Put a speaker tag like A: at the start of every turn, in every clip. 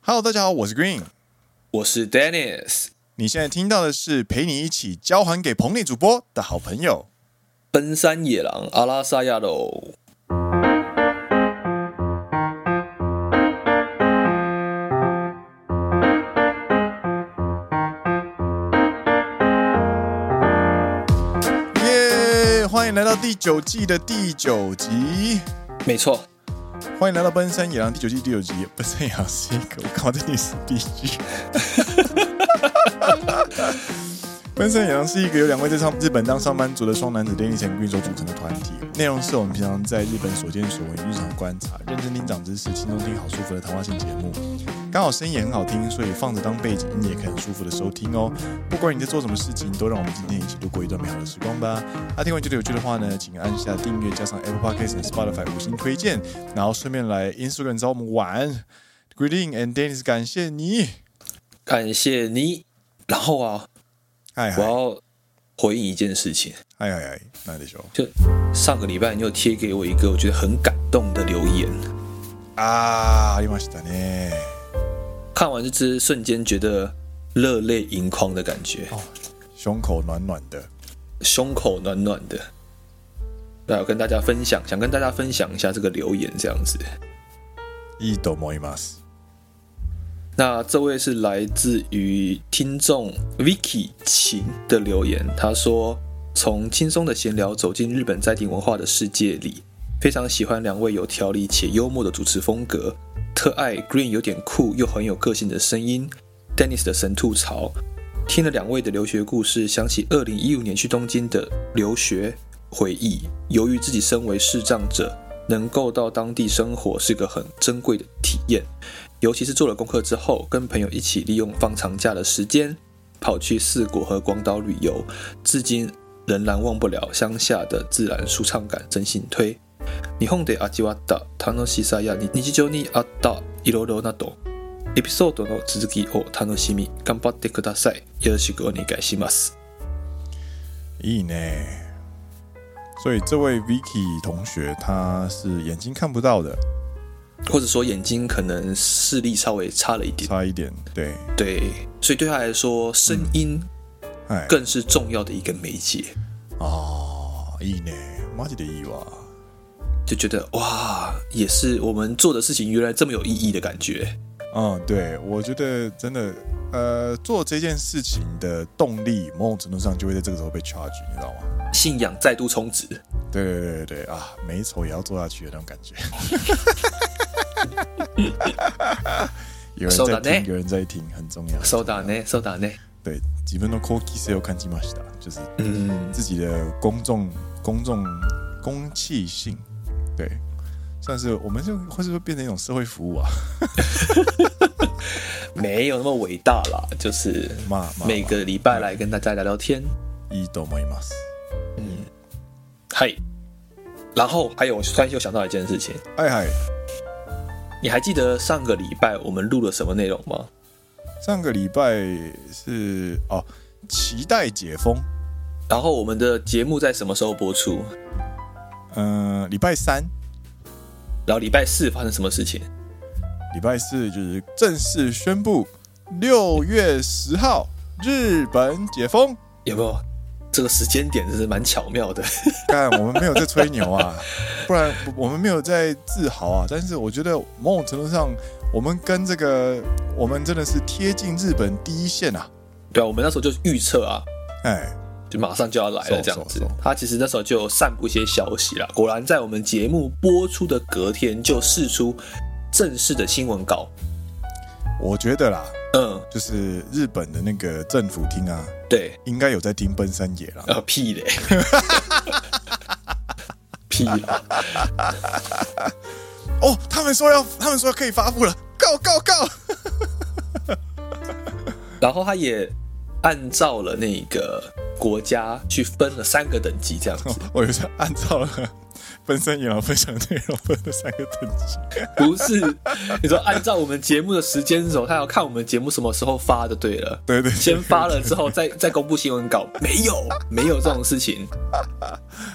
A: Hello，大家好，我是 Green。
B: 我是 Dennis。
A: 你现在听到的是陪你一起交还给棚内主播的好朋友。
B: 奔山野狼阿拉萨亚喽，
A: 耶、欢迎来到第九季的第九集。
B: 没错，
A: 欢迎来到《奔山野狼》第九季第九集。奔山野狼是一个，我干嘛在第十第一句？ 奔山野狼是一个由两位在上日本当上班族的双男子 Dennis 和 Green 所组成的团体，内容是我们平常在日本所见所闻、日常观察，认真听长知识，轻松听好舒服的谈话性节目。刚好声音也很好听，所以放着当背景音也可以很舒服的收听哦。不管你在做什么事情，都让我们今天一起度过一段美好的时光吧。那、听完觉得有趣的话呢，请按下订阅，加上 Apple Podcast 和 Spotify 五星推荐，然后顺便来 Instagram 找我们玩。Greeting and Dennis，感谢你。
B: 感谢你。然后啊，
A: 嗨
B: 我
A: 嗨
B: 要回应一件事情，
A: 嗨嗨嗨，那得说
B: 就上个礼拜你有贴给我一个我觉得很感动的留言，
A: 啊，ありましたね。
B: 看完就是瞬间觉得热泪盈眶的感觉，
A: 哦，胸口暖暖的。
B: 胸口暖暖的。对啊，要跟大家分享，想跟大家分享一下这个留言这样子。
A: いいと思います。
B: 那这位是来自于听众 Vicky 晴的留言，他说：“从轻松的闲聊走进日本在地文化的世界里，非常喜欢两位有条理且幽默的主持风格，特爱 Green 有点酷又很有个性的声音，Dennis 的神吐槽。听了两位的留学故事，想起2015年去东京的留学回忆。由于自己身为视障者，能够到当地生活是个很珍贵的体验。”尤其是做了功课之后，跟朋友一起利用放长假的时间，跑去四国和广岛旅游，至今仍然忘不了乡下的自然舒畅感，真心推。日本で味わった楽しさや日常にあったいろいろなど、エピソードの続きを楽しみ、頑張ってください。よろしくお願いします。
A: いいね。所以这位 Vicky 同学，他是眼睛看不到的，
B: 或者说眼睛可能视力稍微差了一点，
A: 差一点。对，
B: 对，所以对他来说，声音
A: 哎，
B: 更是重要的一个媒介。
A: 哦，いいね。マジでいいわ。
B: 就觉得哇，也是我们做的事情原来这么有意义的感觉。
A: 嗯，对，我觉得真的，呃，做这件事情的动力，某种程度上就会在这个时候被 charge，你知道吗？
B: 信仰再度充值，
A: 对对对对对啊，美丑也要做下去的那种感觉。有人在
B: そうだ
A: 听，
B: ね
A: 有人在听，很重要。
B: 收到呢，收到呢。
A: 对，自分の好奇性を感じました，就是
B: 嗯，
A: 自己的公众、公众、公器性，对，算是我们就会是不是变成一种社会服务啊？
B: 没有那么伟大啦，就是
A: 嘛嘛，
B: 每个礼拜来跟大家聊聊天。
A: いいと思います。
B: 嗨，然后还有，我突然又想到一件事情，
A: 哎嗨，
B: 你还记得上个礼拜我们录了什么内容吗？
A: 上个礼拜是哦，期待解封，
B: 然后我们的节目在什么时候播出？
A: 嗯、礼拜三、
B: 然后礼拜四发生什么事情？
A: 礼拜四就是正式宣布六月十号日本解封。
B: 有没有？这个时间点真是蛮巧妙 的。
A: 但我们没有在吹牛啊，不然我们没有在自豪啊。但是我觉得某种程度上，我们跟这个我们真的是贴近日本第一线啊。
B: 对啊，我们那时候就预测啊，
A: 哎，
B: 就马上就要来了这样
A: 是
B: 子
A: 是是。
B: 他其实那时候就有散布一些消息啦，果然在我们节目播出的隔天就释出正式的新闻稿。
A: 我觉得啦，
B: 嗯，
A: 就是日本的那个政府厅啊，
B: 对，
A: 应该有在听奔山野啦。
B: 呃，屁嘞， 屁啦，
A: 哦，他们说要，他们说可以发布了，告告告！
B: 然后他也按照了那个国家去分了三个等级这样子，
A: 我有是按照了奔山野狼分享的内容分了三个等级。
B: 不是？你说按照我们节目的时间轴，他要看我们节目什么时候发就对了。
A: 对对
B: 先发了之后再再公布新闻稿，没有没有这种事情。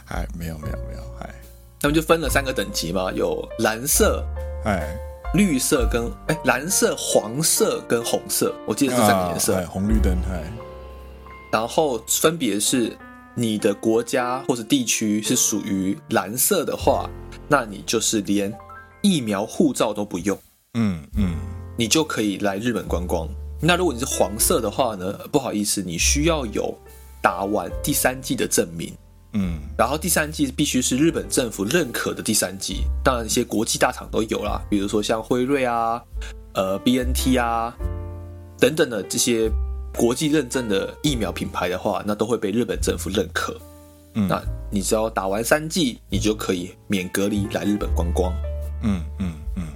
A: 哎，没有没有没有，哎
B: 他们就分了三个等级嘛，有蓝色、
A: 哎，
B: 绿色跟哎蓝色、黄色跟红色，我记得是三个颜色。
A: 哎红绿灯，哎，
B: 然后分别是你的国家或者地区是属于蓝色的话，那你就是连疫苗护照都不用，
A: 嗯嗯，
B: 你就可以来日本观光。那如果你是黄色的话呢，不好意思，你需要有打完第三季的证明。
A: 嗯，
B: 然后第三季必须是日本政府认可的第三季，当然一些国际大厂都有啦，比如说像辉瑞啊、呃 BNT 啊等等的这些国际认证的疫苗品牌的话，那都会被日本政府认可。
A: 嗯
B: 那你只要打完三剂，你就可以免隔离来日本观光。
A: 嗯嗯嗯，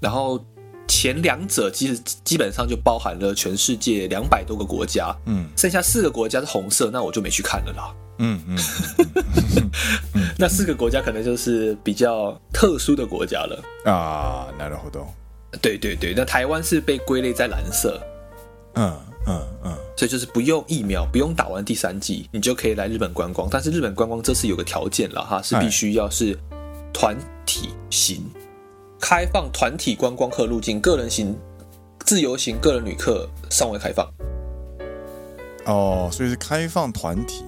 B: 然后前两者其实基本上就包含了全世界两百多个国家，
A: 嗯
B: 剩下四个国家是红色，那我就没去看了啦。
A: 嗯 嗯，
B: 那四个国家可能就是比较特殊的国家了。
A: 啊，なるほど，
B: 对对对，那台湾是被归类在蓝色，
A: 嗯嗯嗯，
B: 所以就是不用疫苗，不用打完第三剂，你就可以来日本观光。但是日本观光这次有个条件了哈，是
A: 哎
B: 必须要是团体行，开放团体观光客入境，个人行、自由行、个人旅客尚未开放。
A: 哦，所以是开放团体，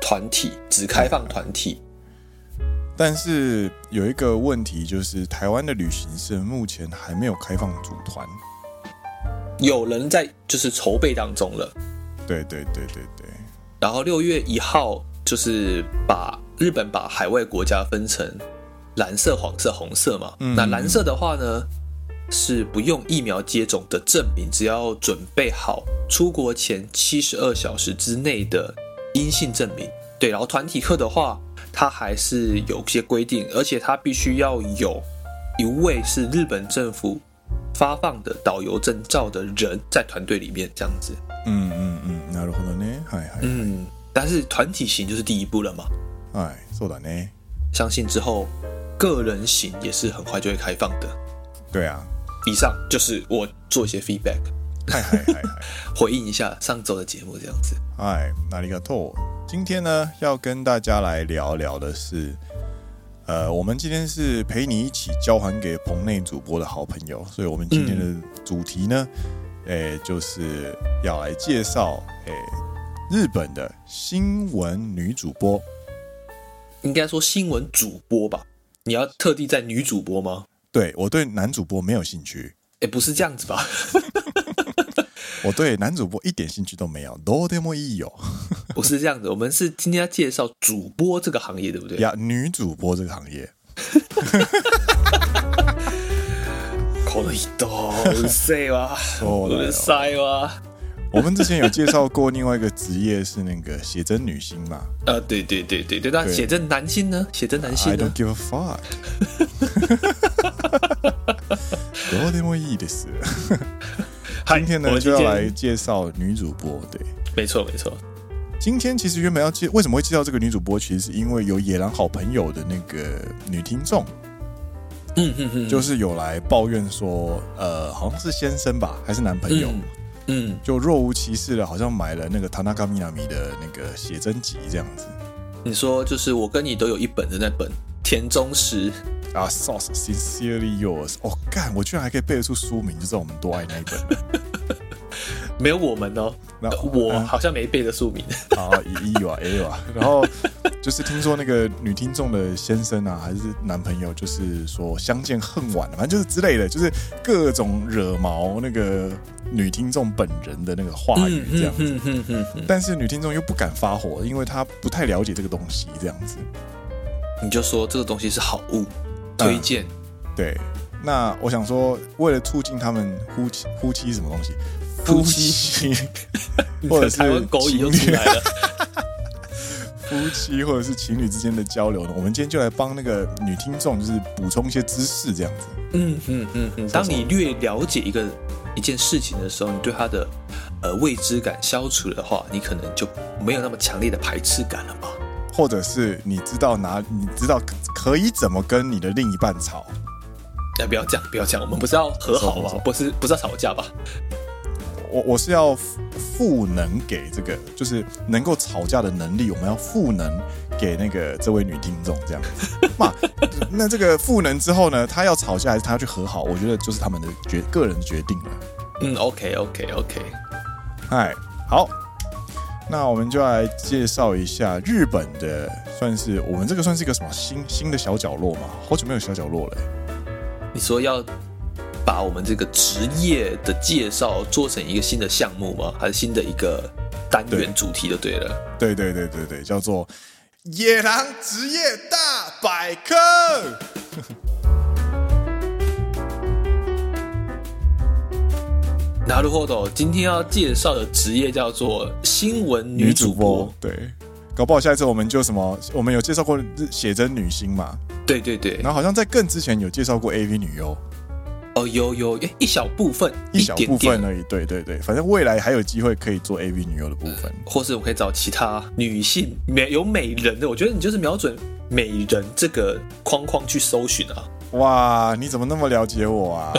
B: 团体只开放团体，
A: 但是有一个问题就是，台湾的旅行社目前还没有开放组团。
B: 有人在就是筹备当中了。
A: 对对对对对，
B: 然后六月一号就是把日本把海外国家分成蓝色、黄色、红色嘛。
A: 嗯
B: 那蓝色的话呢，是不用疫苗接种的证明，只要准备好出国前七十二小时之内的阴性证明。对，然后团体课的话，它还是有些规定，而且它必须要有一位是日本政府发放的导游证照的人在团队里面，这样子。
A: 嗯嗯うんなるほどね。はいはい。
B: 嗯，但是团体型就是第一步了嘛。
A: はい、そうだね。
B: 相信之后，个人型也是很快就会开放的。
A: 对啊，
B: 以上就是我做一些 feedback，
A: 嗨嗨嗨嗨。
B: 回应一下上周的节目这样子。
A: 嗨，哪里个透？今天呢，要跟大家来聊聊的是，呃，我们今天是陪你一起交还给棚内主播的好朋友，所以我们今天的主题呢，诶、就是要来介绍诶、日本的新闻女主播。
B: 应该说新闻主播吧？你要特地在女主播吗？
A: 对我对男主播没有兴趣，
B: 哎，不是这样子吧？
A: 我对男主播一点兴趣都没有。どうでもいいよ。
B: 不是这样子，我们是今天要介绍主播这个行业，对不对？
A: 呀，女主播这个行业，
B: この人うるさいわ，
A: そうだよ
B: うるさいわ。
A: 我们之前有介绍过另外一个职业是那个写真女星嘛。
B: 呃，对对对对对，那
A: 对
B: 写真男性呢？写真男性
A: I
B: 呢
A: don't？give a fuck どうでもいいです。
B: 嗨
A: 今天
B: 我
A: 呢
B: 们
A: 就要来介绍女主播。对，
B: 没错没错，
A: 今天其实原本要介为什么会介绍这个女主播，其实是因为有野狼好朋友的那个女听众，
B: 嗯嗯嗯，
A: 就是有来抱怨说，呃，好像是先生吧，还是男朋友，
B: 嗯嗯
A: 就若无其事的，好像买了那个 Tanaka Minami 的那个写真集这样子。
B: 你说就是我跟你都有一本的那本田中实，
A: 啊，Sauce Sincerely Yours，哦，干，我居然还可以背得出书名，就知道我们多爱那一本了。
B: 没有我们哦，
A: 那
B: 呃我好像没背的书名。
A: 啊，也有啊，也有啊。然后就是听说那个女听众的先生啊，还是男朋友，就是说相见恨晚，反正就是之类的，就是各种惹毛那个女听众本人的那个话语这样子。
B: 嗯嗯嗯嗯，
A: 但是女听众又不敢发火，因为她不太了解这个东西，这样子。
B: 你就说这个东西是好物，推荐。
A: 对，那我想说，为了促进他们夫妻夫妻什么东西，
B: 夫
A: 妻或者是
B: 台湾狗语又出来了，
A: 夫妻或者是情侣之间的交流呢，我们今天就来帮那个女听众，就是补充一些知识，这样子。
B: 嗯嗯嗯嗯。当你略了解一个一件事情的时候，你对它的呃未知感消除的话，你可能就没有那么强烈的排斥感了吧？
A: 或者是你知道哪，你知道可以怎么跟你的另一半吵，
B: 哎，不要这样，不要这样，我们不是要和好
A: 没错没
B: 吧
A: 错？
B: 不是不是要吵架吧？
A: 我我是要赋赋能给这个，就是能够吵架的能力，我们要赋能给那个这位女听众这样 子。嘛，那这个赋能之后呢，她要吵架还是她要去和好，我觉得就是他们的决个人决定了。
B: 嗯，OK OK OK，
A: 嗨，好，那我们就来介绍一下日本的，算是我们这个算是一个什么新新的小角落嘛？好久没有小角落了欸、
B: 你说要把我们这个职业的介绍做成一个新的项目吗？还是新的一个单元主题就对了？
A: 对对对对对，叫做野狼职业大百科。
B: 拿鲁霍斗今天要介绍的职业叫做新闻女
A: 女
B: 主
A: 主播
B: 播，
A: 对，搞不好下一次我们就什么，我们有介绍过写真女星嘛，
B: 对对对，
A: 然后好像在更之前有介绍过 AV 女优，
B: 哦有有诶一小部分，
A: 一小部
B: 点
A: 分啊
B: 点，
A: 而已。对对对，反正未来还有机会可以做 AV 女优的部分。
B: 或是我可以找其他女性美有美人的，我觉得你就是瞄准美人这个框框去搜寻啊。
A: 哇，你怎么那么了解我啊？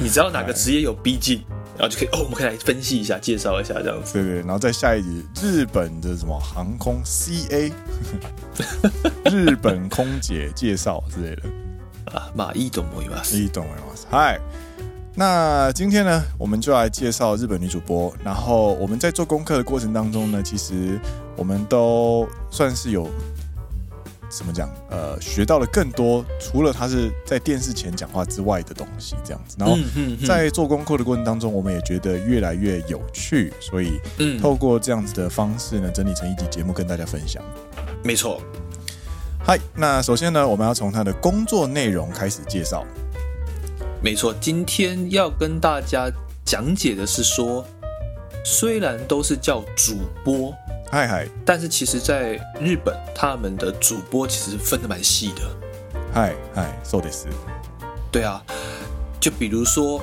B: 你知道哪个职业有逼近，然后就可以哦，我们可以来分析一下、介绍一下这样子。
A: 对对，然后在下一集，日本的什么航空 CA，日本空姐介绍之类的。
B: 啊，马伊都摩伊马斯，
A: 你懂了吗？嗨，那今天呢，我们就来介绍日本女主播。然后我们在做功课的过程当中呢，其实我们都算是有怎么讲，呃，学到了更多，除了她是在电视前讲话之外的东西，这样子。然后
B: 嗯嗯嗯，
A: 在做功课的过程当中，我们也觉得越来越有趣，所以
B: 嗯，
A: 透过这样子的方式呢，整理成一集节目跟大家分享。
B: 没错，
A: 嗨，那首先呢，我们要从她的工作内容开始介绍。
B: 没错。今天要跟大家讲解的是说，虽然都是叫主播，
A: 嗨嗨
B: 但是其实在日本，他们的主播其实分得蛮细的。
A: 嗨嗨，そうです。
B: 对啊，就比如说，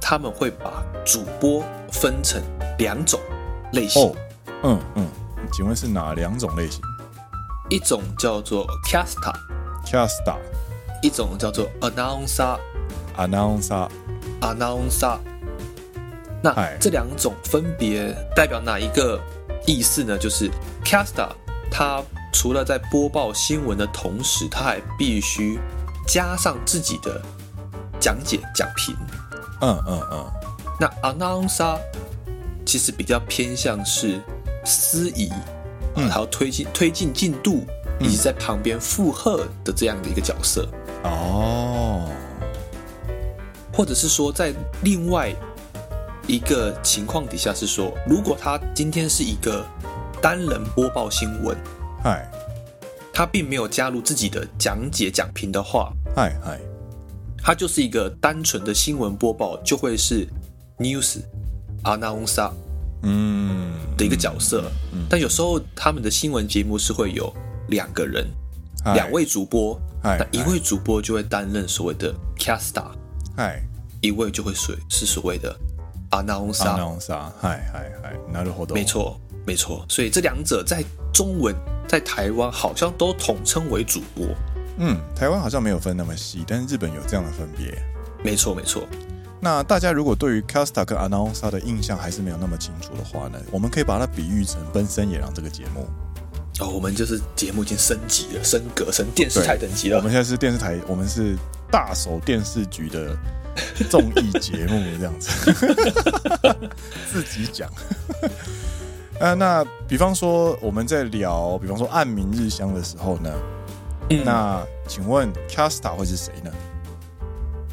B: 他们会把主播分成两种类型，
A: 哦，嗯嗯，请问是哪两种类型
B: 一种叫做 caster，
A: ？Caster、
B: 一种叫做 announcer。
A: Announcer，
B: announcer。那
A: 嗨
B: 这两种分别代表哪一个意思呢？就是 caster，它除了在播报新闻的同时，它还必须加上自己的讲解讲评。
A: 嗯嗯嗯，
B: 那 announcer 其实比较偏向是司仪，
A: 嗯
B: 还有推进推进进度，以及在旁边附和的这样的一个角色。
A: 哦，
B: 或者是说在另外一个情况底下是说，如果他今天是一个单人播报新闻，
A: 嗨
B: 他并没有加入自己的讲解讲评的话，
A: 嗨嗨，
B: 他就是一个单纯的新闻播报，就会是 news announcer
A: 嗯，
B: 的一个角色。嗯但有时候他们的新闻节目是会有两个人，
A: 嗨
B: 两，位主播，
A: 嗨
B: 那一位主播就会担任所谓的 caster，
A: 嗨
B: 一位就会是是所谓的 announcer。
A: ，Announcer，嗨嗨嗨，なるほど，
B: 啊没，错，没错。所以这两者在中文在台湾好像都统称为主播。
A: 嗯，台湾好像没有分那么细，但是日本有这样的分别。
B: 没错，没错。
A: 那大家如果对于 Caster 跟 Announcer 的印象还是没有那么清楚的话呢，我们可以把它比喻成《奔森野狼》这个节目。
B: 哦，我们就是节目已经升级了，升格成电视台等级
A: 我
B: 了
A: 们。现在是电视台，我们是大手电视局的综艺节目这样子，自己讲。 呃，那比方说我们在聊，比方说《暗明日香》的时候呢，
B: 嗯
A: 那请问 Casta 会是谁呢？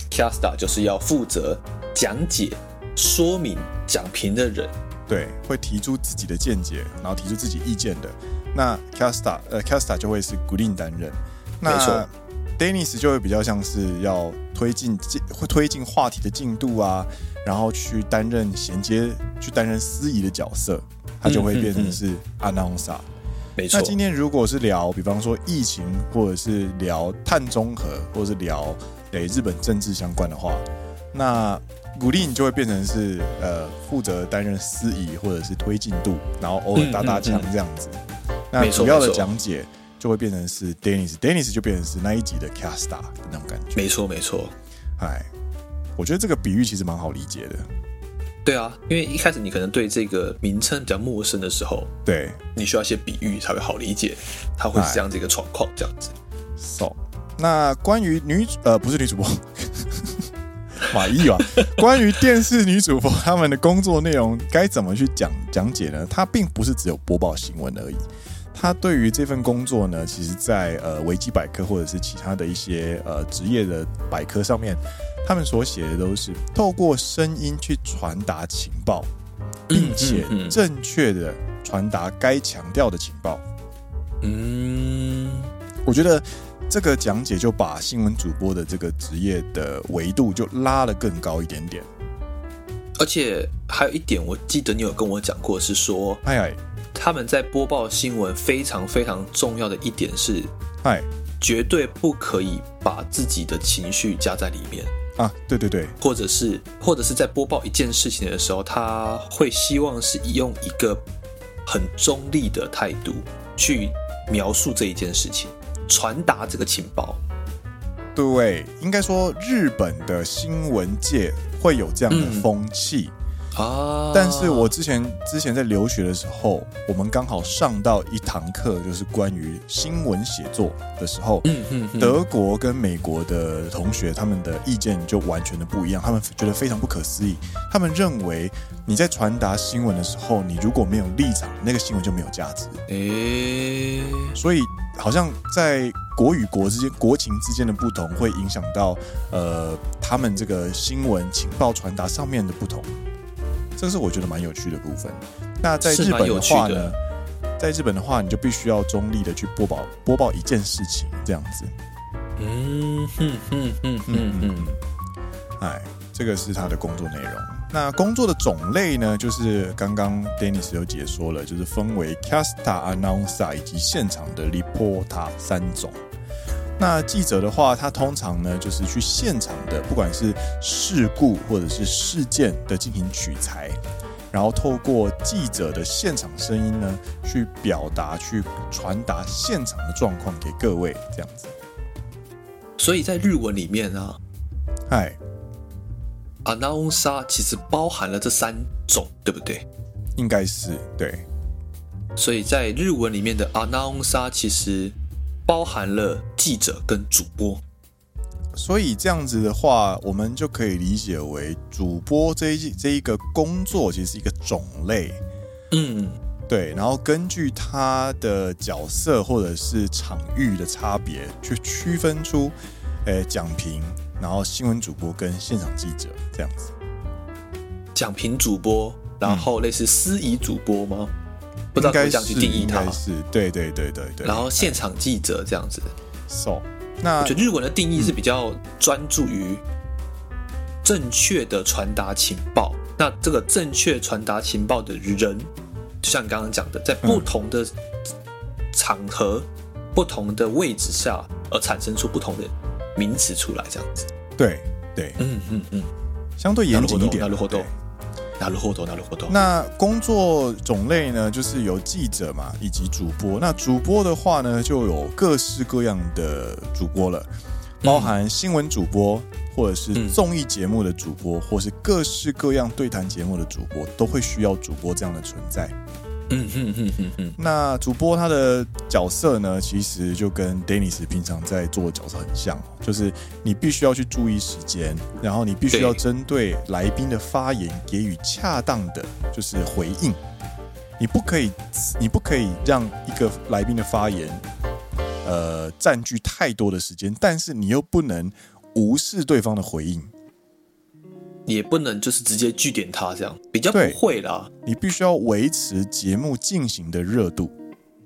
B: Casta 就是要负责讲解、说明、讲评的人。
A: 对，会提出自己的见解，然后提出自己意见的。那 Casta 呃 Casta 就会是古令担任，
B: 没
A: 那
B: 错
A: Dennis 就会比较像是要推进进会推进话题的进度啊，然后去担任衔接去担任司仪的角色，他就会
B: 嗯嗯
A: 变成
B: 嗯
A: 是 announcer。
B: 没错
A: 那，今天如果是聊，比方说疫情，或者是聊碳中和，或者是聊诶日本政治相关的话，那古力你就会变成是呃负责担任司仪或者是推进度，然后偶尔打打枪这样子。那
B: 嗯没错
A: 主要
B: 没
A: 的
B: 错
A: 讲解就会变成是 Dennis，Dennis 就变成是那一集的 Casta 那种感觉。
B: 没错，没错。
A: 哎，我觉得这个比喻其实蛮好理解的。
B: 对啊，因为一开始你可能对这个名称比较陌生的时候，
A: 对
B: 你需要一些比喻才会好理解，它会是这样子一个状况，这样子。
A: ，so，那关于女主呃不是女主播 马伊啊，关于电视女主播她们的工作内容该怎么去讲讲解呢？它并不是只有播报新闻而已。她对于这份工作呢，其实在呃维基百科或者是其他的一些呃职业的百科上面，他们所写的都是透过声音去传达情报，并且
B: 嗯嗯嗯
A: 正确的传达该强调的情报。
B: 嗯，
A: 我觉得这个讲解就把新闻主播的这个职业的维度就拉得更高一点点。
B: 而且还有一点，我记得你有跟我讲过，是说
A: 哎哎
B: 他们在播报新闻非常非常重要的一点是，
A: 嗨
B: 绝对不可以把自己的情绪加在里面，
A: 啊，对对对，
B: 或者是或者是在播报一件事情的时候，他会希望是用一个很中立的态度去描述这一件事情，传达这个情报。
A: 对，应该说日本的新闻界会有这样的风气。
B: 啊！
A: 但是我之前之前在留学的时候，我们刚好上到一堂课，就是关于新闻写作的时候，
B: 嗯嗯嗯
A: 德国跟美国的同学，他们的意见就完全的不一样，他们觉得非常不可思议。他们认为你在传达新闻的时候，你如果没有立场，那个新闻就没有价值。
B: 诶、
A: 所以，好像在国与国之间、国情之间的不同，会影响到呃他们这个新闻情报传达上面的不同。这是我觉得蛮有趣的部分。那在
B: 是
A: 日
B: 蛮
A: 本
B: 有
A: 的
B: 趣
A: 话
B: 的
A: 呢，在日本的话，你就必须要中立的去播报播报一件事情，这样子。
B: 嗯哼哼哼哼哼，
A: 哎，这个是他的工作内容。那工作的种类呢，就是刚刚 Dennis 有解说了，就是分为 caster、announcer 以及现场的 reporter 三种。那记者的话，他通常呢就是去现场的，不管是事故或者是事件的进行取材，然后透过记者的现场声音呢，去表达、去传达现场的状况给各位，这样子。
B: 所以在日文里面啊
A: 嗨，
B: ，announcer 其实包含了这三种，对不对？
A: 应该是对。
B: 所以在日文里面的 announcer 其实包含了记者跟主播。
A: 所以这样子的话，我们就可以理解为主播这一这一个工作其实是一个种类，
B: 嗯，
A: 对，然后根据他的角色或者是场域的差别，去区分出，呃，讲评，然后新闻主播跟现场记者这样子。
B: 讲评主播，然后类似司仪主播吗？不知
A: 应该
B: 道怎么
A: 是
B: 这样去定义
A: 应
B: 它
A: 该。是对对对对对。
B: 然后现场记者这样子，
A: ，so，那
B: 我觉得日文的定义是比较专注于正确的传达情报。那这个正确传达情报的人，就像你刚刚讲的，在不同的场合、不同的位置下，而产生出不同的名词出来，这样子。
A: 对对，
B: 嗯嗯嗯，
A: 相对严谨一点。
B: なるほどなる
A: 对
B: ほどなるほどなるほど。
A: 那工作种类呢，就是有记者嘛，以及主播。那主播的话呢，就有各式各样的主播了，包含新闻主播，或者是
B: 嗯
A: 综艺节目的主播，或是各式各样对谈节目的主播，都会需要主播这样的存在。
B: 嗯嗯嗯嗯嗯，
A: 那主播他的角色呢，其实就跟 Dennis 平常在做的角色很像哦，就是你必须要去注意时间，然后你必须要
B: 对
A: 针对来宾的发言给予恰当的就是回应，你不可以你不可以让一个来宾的发言呃占据太多的时间，但是你又不能无视对方的回应，
B: 也不能就是直接据点他这样，比较不
A: 对
B: 会啦。
A: 你必须要维持节目进行的热度。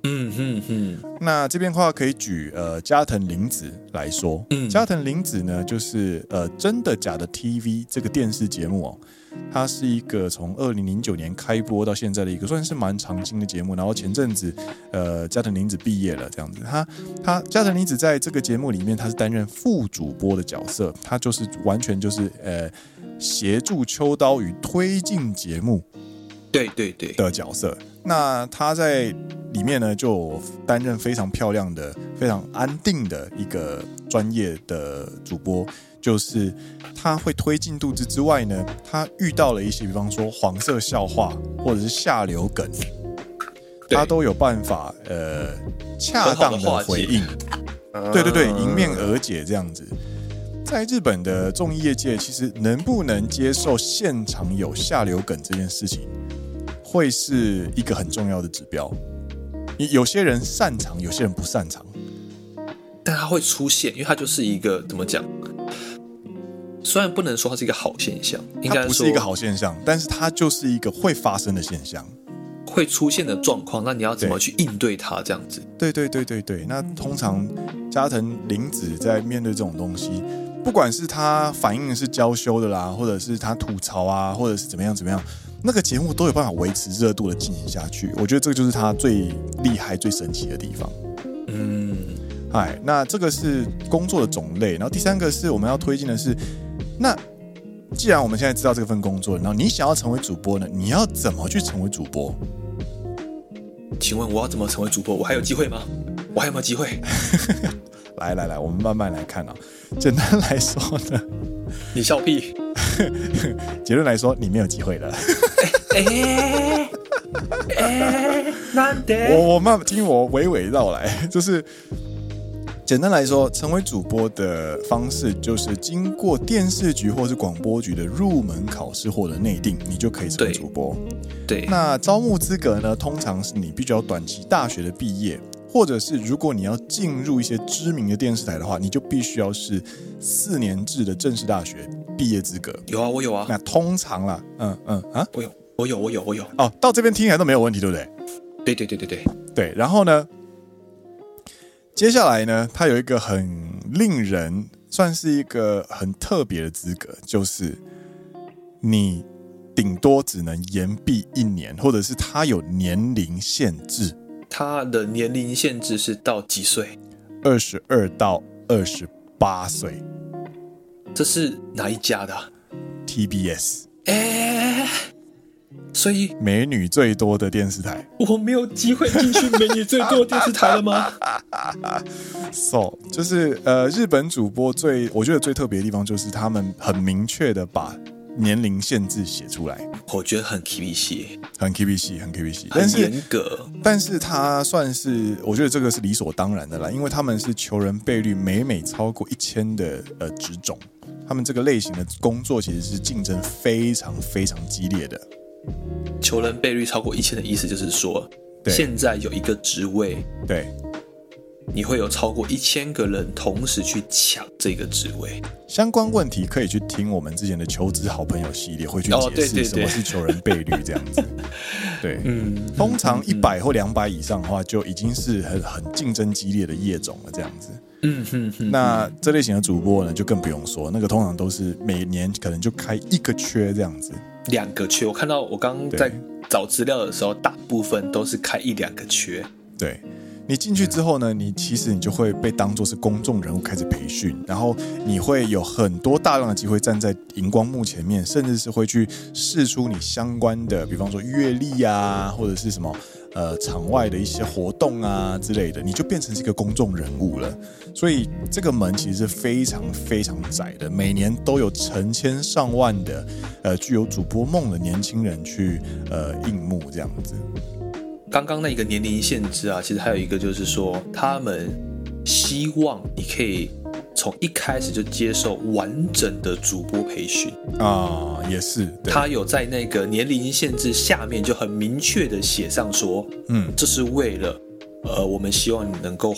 B: 嗯嗯嗯，
A: 那这边的话可以举呃加藤林子来说，
B: 嗯
A: 加藤林子呢就是呃真的假的 TV 这个电视节目哦，它是一个从二零零九年开播到现在的一个算是蛮长青的节目。然后前阵子呃加藤林子毕业了，这样子，他他加藤林子在这个节目里面他是担任副主播的角色，他就是完全就是呃协助秋刀鱼推进节目
B: 对对对，
A: 的角色。那他在里面呢，就担任非常漂亮的、非常安定的一个专业的主播，就是他会推进肚子之外呢，他遇到了一些，比方说黄色笑话或者是下流梗，
B: 对
A: 他都有办法呃恰
B: 很好地
A: 当
B: 化
A: 的
B: 解
A: 回应。对对对，迎面而解这样子。在日本的综艺业界，其实能不能接受现场有下流梗这件事情，会是一个很重要的指标。你有些人擅长，有些人不擅长。
B: 但它会出现，因为它就是一个怎么讲？虽然不能说它是一个好现象，应
A: 它
B: 该
A: 不
B: 说
A: 是一个好现象，但是它就是一个会发生的现象。
B: 会出现的状况，那你要怎么去应对它？这样子，
A: 对对对对对，那通常加藤林子在面对这种东西，不管是他反应是娇羞的啦，或者是他吐槽啊，或者是怎么样怎么样，那个节目都有办法维持热度的进行下去。我觉得这个就是他最厉害、最神奇的地方。
B: 嗯，
A: 哎，那这个是工作的种类，然后第三个是我们要推进的是，那既然我们现在知道这份工作，然后你想要成为主播呢，你要怎么去成为主播？
B: 请问我要怎么成为主播？我还有机会吗？我还有没有机会？
A: 来来来，我们慢慢来看啊。简单来说呢。
B: 你笑 屁！
A: 结论来说，你没有机会了。
B: 哎哎哎，难得
A: 我我慢听我娓娓道来， 就是简单来说，成为主播的方式就是经过电视局或是广播局的入门考试或者内定，你就可以成为
B: 对
A: 主播。
B: 对，
A: 那招募资格呢，通常是你必须要短期大学的毕业，或者是如果你要进入一些知名的电视台的话，你就必须要是四年制的正式大学毕业资格。
B: 有啊，我有啊，
A: 那通常啦，嗯嗯啊，
B: 我有，我有，我有，我有。
A: 哦，到这边听起来都没有问题，对不对？
B: 对对对对对，
A: 对，然后呢，接下来呢，它有一个很令人算是一个很特别的资格，就是你顶多只能延毕一年，或者是它有年龄限制，
B: 他的年龄限制是到几岁？
A: 二十二到二十八岁
B: 这是哪一家的啊？
A: ，TBS
B: 哎，所以
A: 美女最多的电视台
B: 我没有机会进去美女最多的电视台了吗？
A: ，so 就是呃，日本主播最我觉得最特别的地方就是他们很明确的把年龄限制写出来，
B: 我觉得很 K 系，
A: 很 KBC，很 KBC，但
B: 很
A: 是。
B: 严格。
A: 但是他算是，我觉得这个是理所当然的啦，因为他们是求人倍率每每超过一千的呃职种，他们这个类型的工作其实是竞争非常非常激烈的。
B: 求人倍率超过一千的意思就是说，
A: 对
B: 现在有一个职位，
A: 对，
B: 你会有超过一千个人同时去抢这个职位。
A: 相关问题可以去听我们之前的求职好朋友系列，会去
B: 哦
A: 解
B: 对对
A: 释什么
B: 对
A: 是求人倍率这样子。对，
B: 嗯，
A: 通常一百或两百以上的话，就已经是很很竞争激烈的业种了这样子。
B: 嗯哼哼，
A: 那这类型的主播呢，就更不用说，那个通常都是每年可能就开一个缺这样子。
B: 两个缺，我看到我刚刚在
A: 对
B: 找资料的时候，大部分都是开一两个缺。
A: 对你进去之后呢，你其实你就会被当做是公众人物开始培训，然后你会有很多大量的机会站在荧光幕前面，甚至是会去试出你相关的，比方说阅历啊，或者是什么呃场外的一些活动啊之类的，你就变成是一个公众人物了。所以这个门其实是非常非常窄的，每年都有成千上万的呃具有主播梦的年轻人去呃应募这样子。
B: 刚刚那个年龄限制啊，其实还有一个就是说，他们希望你可以从一开始就接受完整的主播培训。
A: 啊，也是，对
B: 他有在那个年龄限制下面就很明确的写上说，
A: 嗯，
B: 这是为了，呃，我们希望你能够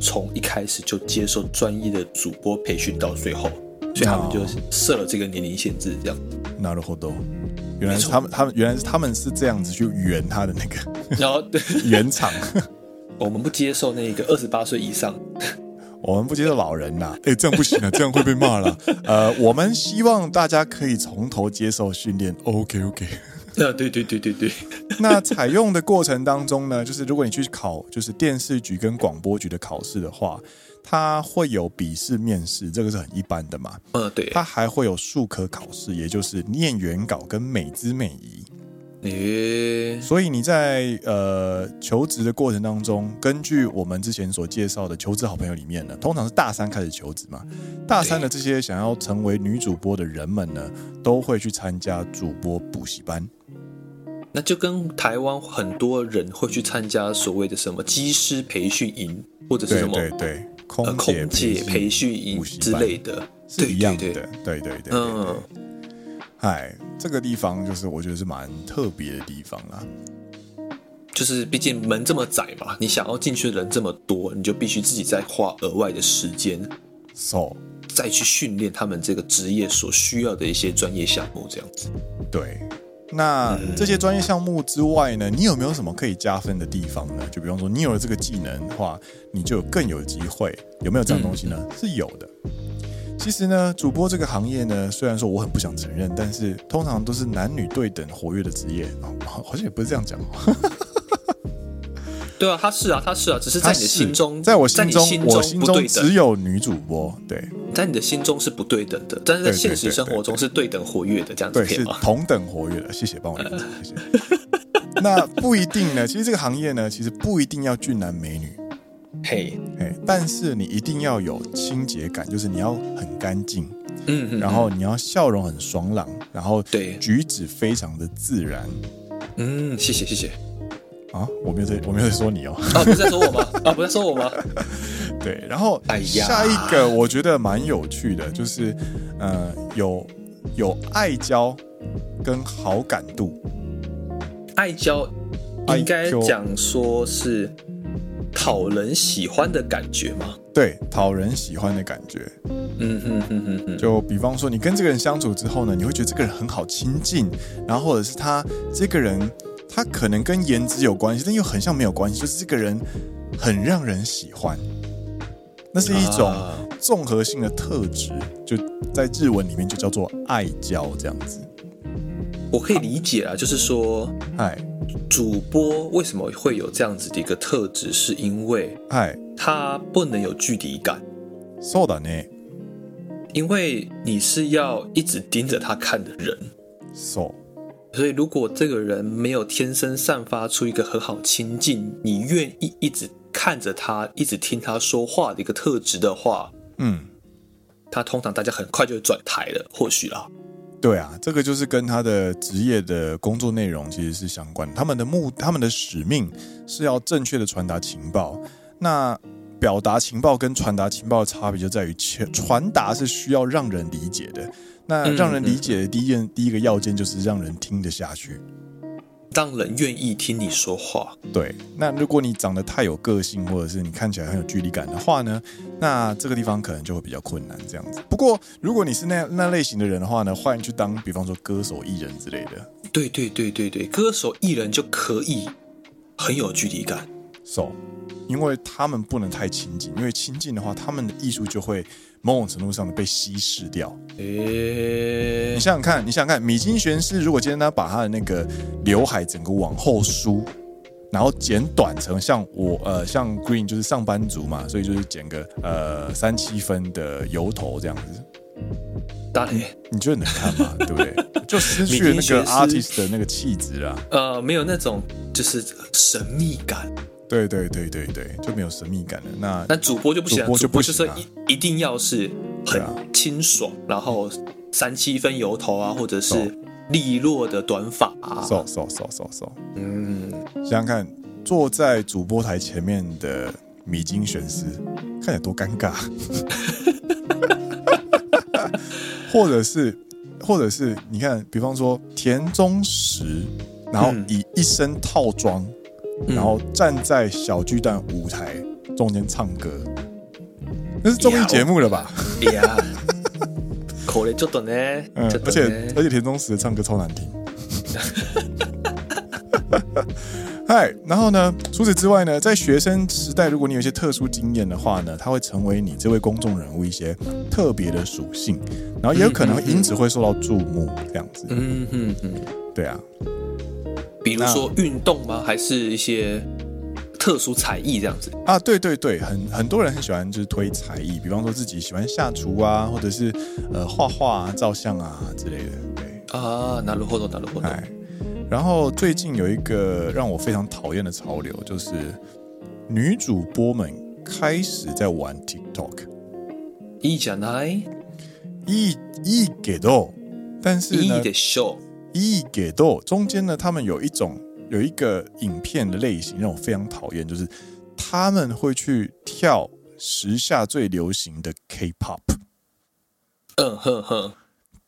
B: 从一开始就接受专业的主播培训到最后，所以他们就设了这个年龄限制， 这样。
A: なるほど。原来是他们，他们原来是他们是这样子去圆他的那个
B: 然后，对，
A: 圆场。
B: 我们不接受那 个二十八岁以上，
A: 我们不接受老人呐，哎，这样不行啊，这样会被骂了。呃，我们希望大家可以从头接受训练。OK OK。
B: 呃，对对对对对，
A: 那采用的过程当中呢，就是如果你去考就是电视局跟广播局的考试的话，它会有笔试、面试，这个是很一般的嘛。
B: 嗯，对，
A: 它还会有数科考试，也就是念原稿跟美姿美仪。
B: 诶，
A: 所以你在呃求职的过程当中，根据我们之前所介绍的求职好朋友里面呢，通常是大三开始求职嘛。大三的这些想要成为女主播的人们呢，都会去参加主播补习班。
B: 那就跟台湾很多人会去参加所谓的什么机师培训营，或者是
A: 对
B: 什么
A: 对对，
B: 呃
A: 空姐
B: 空姐培训营
A: 补习
B: 之
A: 班
B: 类的，
A: 是
B: 对
A: 一样
B: 对
A: 的，对，对
B: 对
A: 对对。
B: 嗯，
A: 哎，这个地方就是我觉得是蛮特别的地方啦。
B: 就是毕竟门这么窄嘛，你想要进去的人这么多，你就必须自己再花额外的时间，
A: So，
B: 再去训练他们这个职业所需要的一些专业项目，这样子。
A: 对。那这些专业项目之外呢，你有没有什么可以加分的地方呢？就比方说，你有了这个技能的话，你就有更有机会。有没有这样的东西呢？
B: 嗯
A: 是有的。其实呢，主播这个行业呢，虽然说我很不想承认，但是通常都是男女对等活跃的职业啊，好好像也不是这样讲哦。
B: 对啊，他是啊，他是啊，只 是在你的心中，
A: 在我
B: 在
A: 心
B: 你
A: 中，
B: 心
A: 我心
B: 不对
A: 中只
B: 等，
A: 有女主播，对
B: 在你的心中是不对等的，但是在
A: 对对
B: 现实
A: 对
B: 生活
A: 对
B: 中是对等活跃的，这样子
A: 对，
B: 可以
A: 是
B: 吗？
A: 同等活跃的。谢谢，帮我理解，
B: 呃
A: 谢谢。那不一定呢，其实这个行业呢，其实不一定要俊男美女，
B: 嘿，
A: 哎，但是你一定要有清洁感，就是你要很干净，
B: 嗯嗯，
A: 然后你要笑容很爽朗，然后
B: 对
A: 举止非常的自然
B: 嗯，谢谢 谢谢。
A: 啊，我没有在，我没有在说你哦。
B: 啊，不是在说我吗？啊，不是在说我吗？
A: 对，然后
B: 哎呀
A: 下一个我觉得蛮有趣的，就是呃，有有爱交跟好感度。
B: 爱娇应该讲说是讨人喜欢的感觉嘛。
A: 对，讨人喜欢的感觉。
B: 嗯哼哼哼哼，
A: 就比方说，你跟这个人相处之后呢，你会觉得这个人很好亲近，然后或者是他这个人，他可能跟颜值有关系，但又很像没有关系，就是这个人很让人喜欢。那是一种
B: 啊
A: 综合性的特质，就在日文里面就叫做爱交这样子。
B: 我可以理解啊，就是说
A: 嗨
B: 主播为什么会有这样子的一个特质，是因为
A: 嗨，
B: 他不能有距离感，
A: そうだね。
B: 因为你是要一直盯着他看的人。
A: そう
B: 所以，如果这个人没有天生散发出一个很好亲近，你愿意一直看着他，一直听他说话的一个特质的话，
A: 嗯，
B: 他通常大家很快就会转台了，或许啦。
A: 对啊，这个就是跟他的职业的工作内容其实是相关的。他们的目，他们的使命是要正确的传达情报。那表达情报跟传达情报的差别就在于，前传达是需要让人理解的。那
B: 嗯
A: 让人理解的第一件、第一个要件就是让人听得下去。
B: 让人愿意听你说话。
A: 对，那如果你长得太有个性，或者是你看起来很有距离感的话呢，那这个地方可能就会比较困难这样子。不过，如果你是那那类型的人的话呢，欢迎去当，比方说歌手、艺人之类的。
B: 对对对对对，歌手艺人就可以很有距离感。
A: 手，因为他们不能太亲近，因为亲近的话，他们的艺术就会某种程度上的被稀释掉。
B: 诶、
A: 你想想看，你想想看，米津玄师如果今天他把他的那个刘海整个往后梳，然后剪短成像我呃像 Green 就是上班族嘛，所以就是剪个呃三七分的油头这样子，
B: 当然，
A: 你觉得能看吗？对不对？就失去了那
B: 米津玄
A: 个
B: 师
A: artist 的那个气质啊啦。
B: 呃，没有那种就是神秘感。
A: 对对对对对，就没有神秘感了。那
B: 那主播就不行、
A: 主
B: 啊，
A: 播就
B: 主播
A: 不
B: 就
A: 行
B: 是
A: 啊
B: 一一定要是
A: 对
B: 很
A: 啊
B: 清爽，然后三七分油头啊，或者
A: 哦
B: 是利落的短发啊。
A: so so so so so。
B: 嗯，
A: 想想看，坐在主播台前面的米津玄师，看起来多尴尬， 或者是，或者是，你看，比方说田中实，然后
B: 嗯
A: 以一身套装，
B: 嗯
A: 然后站在小巨蛋舞台中间唱歌，那是综艺节目了吧？
B: 哎呀， 口雷就懂呢，
A: 嗯
B: 就，
A: 而
B: 懂
A: 且
B: 呢
A: 而且田中实的唱歌超难听。嗨，然后呢？除此之外呢，在学生时代，如果你有一些特殊经验的话呢，它会成为你这位公众人物一些特别的属性，然后也有可能会因此会受到注目，这样子。
B: 嗯哼哼。
A: 对啊，
B: 比如说运动吗？还是一些特殊才艺这样子？
A: 啊，对对对，很很多人很喜欢就是推才艺，比方说自己喜欢下厨啊，或者是呃画画啊、照相啊之类的。对，
B: 啊，なるほど，なるほど。
A: 哎，然后最近有一个让我非常讨厌的潮流，就是女主播们开始在玩 TikTok，
B: いいじゃない
A: 一一给豆，但是
B: い
A: 呢
B: い，でしょう。
A: 一给豆中间呢，他们有一种有一个影片的类型让我非常讨厌，就是他们会去跳时下最流行的 K-pop。
B: 嗯哼哼，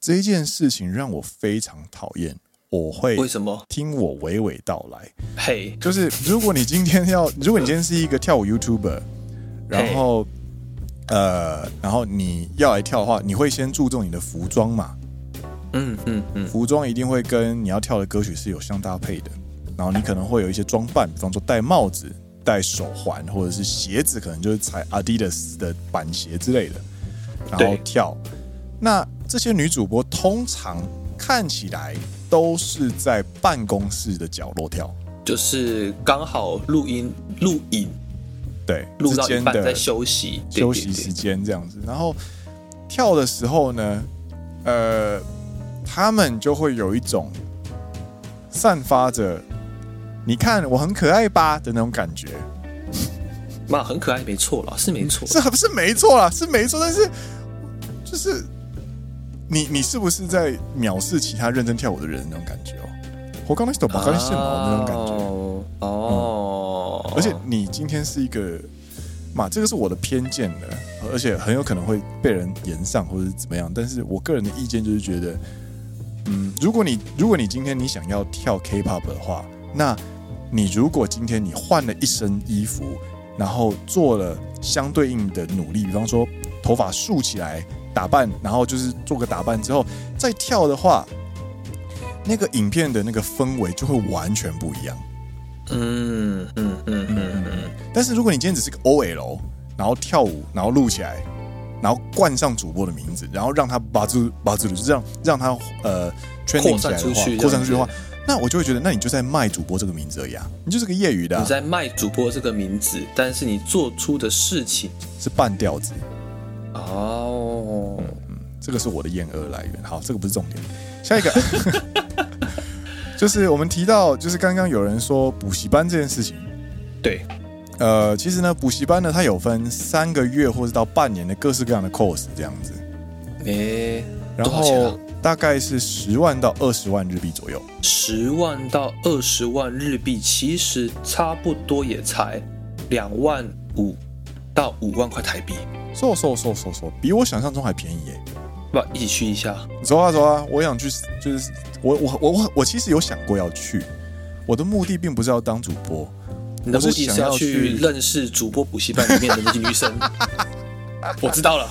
A: 这件事情让我非常讨厌，我会
B: 为什么？
A: 听我娓娓道来。
B: 嘿，
A: 就是如果你今天要，如果你今天是一个跳舞 YouTuber，然后呃，然后你要来跳的话，你会先注重你的服装嘛？
B: 嗯嗯嗯，
A: 服装一定会跟你要跳的歌曲是有相搭配的，然后你可能会有一些装扮，比方说戴帽子、戴手环，或者是鞋子，可能就是踩 Adidas 的板鞋之类的，然后
B: 对
A: 跳。那这些女主播通常看起来都是在办公室的角落跳，
B: 就是刚好录音录影
A: 对，
B: 录
A: 之
B: 到一
A: 间
B: 半在
A: 的
B: 休息，对
A: 休息时，间这样子。然后跳的时候呢，呃，他们就会有一种散发着“你看我很可爱吧”的那种感觉，
B: 对对嘛很可爱，没错啦，是没错，
A: 是是没错啦，是没错，但是就是你你是不是在藐视其他认真跳舞的人那种感觉哦？我刚才懂，
B: 嗯
A: 我刚才是毛那种感觉。
B: 哦哦，
A: 而且你今天是一个嘛，这个是我的偏见了，而且很有可能会被人言上或者是怎么样。但是我个人的意见就是觉得，嗯，如果你如果你今天你想要跳 K-pop 的话，那你如果今天你换了一身衣服，然后做了相对应的努力，比方说头发竖起来打扮，然后就是做个打扮之后再跳的话，那个影片的那个氛围就会完全不一样。
B: 嗯嗯嗯嗯嗯，
A: 但是如果你今天只是个 OL，然后跳舞，然后录起来，然后冠上主播的名字，然后让他把住把住，就是让让他呃圈定起来的
B: 扩散出
A: 话
B: 去，
A: 扩散出去的话
B: 这，
A: 那我就会觉得，那你就在卖主播这个名字而已啊，你就是个业余的、啊
B: 你，在卖主播这个名字，但是你做出的事情
A: 是半吊子。
B: 哦，
A: 这个是我的厌恶来源。好，这个不是重点，下一个 就是我们提到，就是刚刚有人说补习班这件事情。
B: 对，
A: 呃，其实呢，补习班呢，它有分三个月或者到半年的各式各样的 course 这样子。
B: 诶，
A: 然
B: 多少钱啊
A: 后大概是十万到二十万日币左右。
B: 十万到二十万日币，其实差不多也才两万五到五万块台币。
A: 嗖嗖嗖嗖嗖，比我想象中还便宜耶！
B: 不，一起去一下。
A: 走啊走啊，我想去，就是我我我我我其实有想过要去，我的目的并不是要当主播，
B: 你的
A: 我是
B: 目的是
A: 想
B: 要
A: 要
B: 去
A: 去
B: 认识主播补习班里面的那些女 生。我知道了，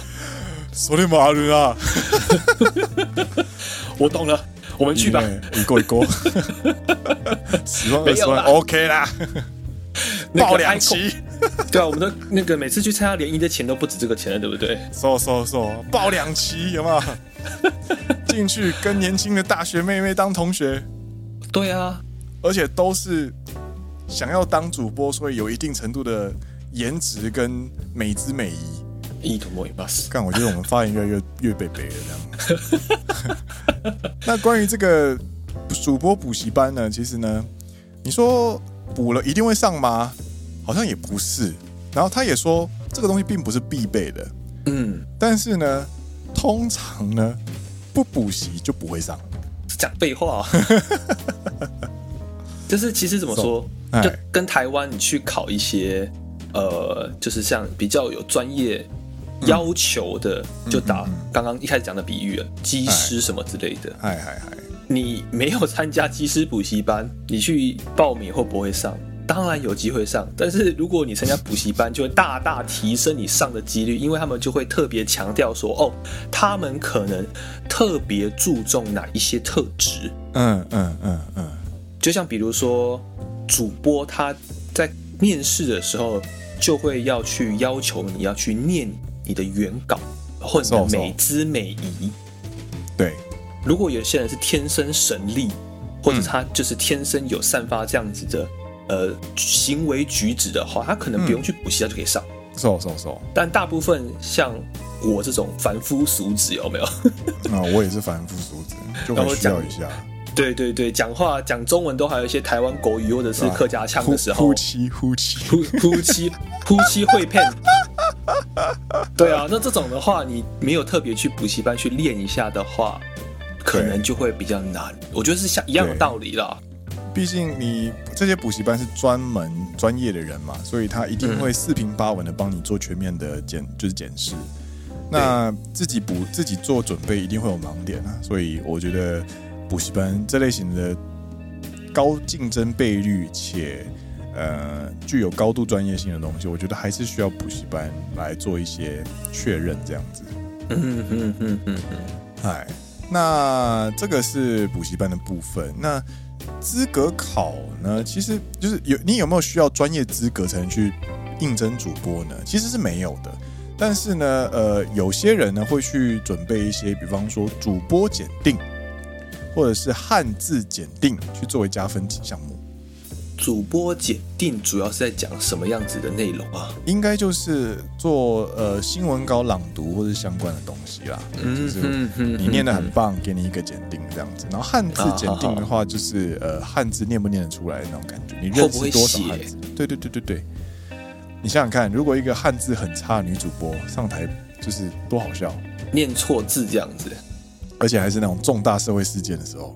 A: 索里马伦啊，
B: 我懂了，我们去吧。
A: 一过一过， 十万
B: 没
A: 二十
B: 有啦
A: 万 OK 啦，
B: 那个
A: 爆两
B: Icon-
A: 期，
B: 对啊，我们的那个每次去参加联谊的钱都不止这个钱了，对不对？
A: 嗖嗖嗖，爆两期有没 有？进去跟年轻的大学妹妹当同学，
B: 对啊，
A: 而且都是想要当主播，所以有一定程度的颜值跟美姿美仪。
B: 一同摸一 bus。
A: 干，我觉得我们发言越来越越被北了这样。那关于这个主播补习班呢，其实呢，你说补了一定会上吗？好像也不是。然后他也说这个东西并不是必备的，
B: 嗯，
A: 但是呢，通常呢不补习就不会上。
B: 讲废话、 就是其实怎么说，
A: 哎
B: 就跟台湾你去考一些呃，就是像比较有专业要求的，就打刚刚一开始讲的比喻了，技师什么之类的。
A: 嗨嗨嗨，
B: 你没有参加技师补习班，你去报名会不会上？当然有机会上，但是如果你参加补习班，就会大大提升你上的几率，因为他们就会特别强调说，哦，他们可能特别注重哪一些特质，
A: 嗯嗯嗯嗯，
B: 就像比如说主播他在面试的时候，就会要去要求你要去念你的原稿或者你
A: 是
B: 的
A: 哦
B: 美姿美仪。
A: 对，
B: 如果有些人是天生神力，或者他就是天生有散发这样子的、呃行为举止的话，他可能不用去补习，他就可以上。
A: 瘦瘦瘦。
B: 但大部分像我这种凡夫俗子，有没有？
A: 啊，我也是凡夫俗子，就
B: 然
A: 会
B: 后
A: 需要
B: 讲
A: 一下。
B: 对对对，讲话讲中文都还有一些台湾国语或者是客家腔的时候
A: 呼，气呼气，
B: 呼呼妻呼妻会骗。 对啊，那这种的话，你没有特别去补习班去练一下的话，可能就会比较难。我觉得是像一样的
A: 对
B: 道理啦。
A: 毕竟你这些补习班是专门专业的人嘛，所以他一定
B: 嗯
A: 会四平八稳的帮你做全面的检，就是检视。那自己补自己做准备，一定会有盲点啊。所以我觉得补习班这类型的高竞争倍率且呃具有高度专业性的东西，我觉得还是需要补习班来做一些确认，这样子。
B: 嗯嗯嗯嗯嗯，
A: 哎，那这个是补习班的部分。那资格考呢，其实就是有你有没有需要专业资格才能去应征主播呢？其实是没有的。但是呢，呃，有些人呢会去准备一些，比方说主播检定，或者是汉字检定，去作为加分项目。
B: 主播检定主要是在讲什么样子的内容啊？
A: 应该就是做呃新闻稿朗读或者相关的东西啦，就是
B: 嗯嗯
A: 你念的很棒，给你一个检定这样子。然后汉字检定的话，就是呃汉字念不念得出来的那种感觉，你认识多少汉字？对对对对对。你想想看，如果一个汉字很差的女主播上台，就是多好笑，
B: 念错字这样子，
A: 而且还是那种重大社会事件的时候，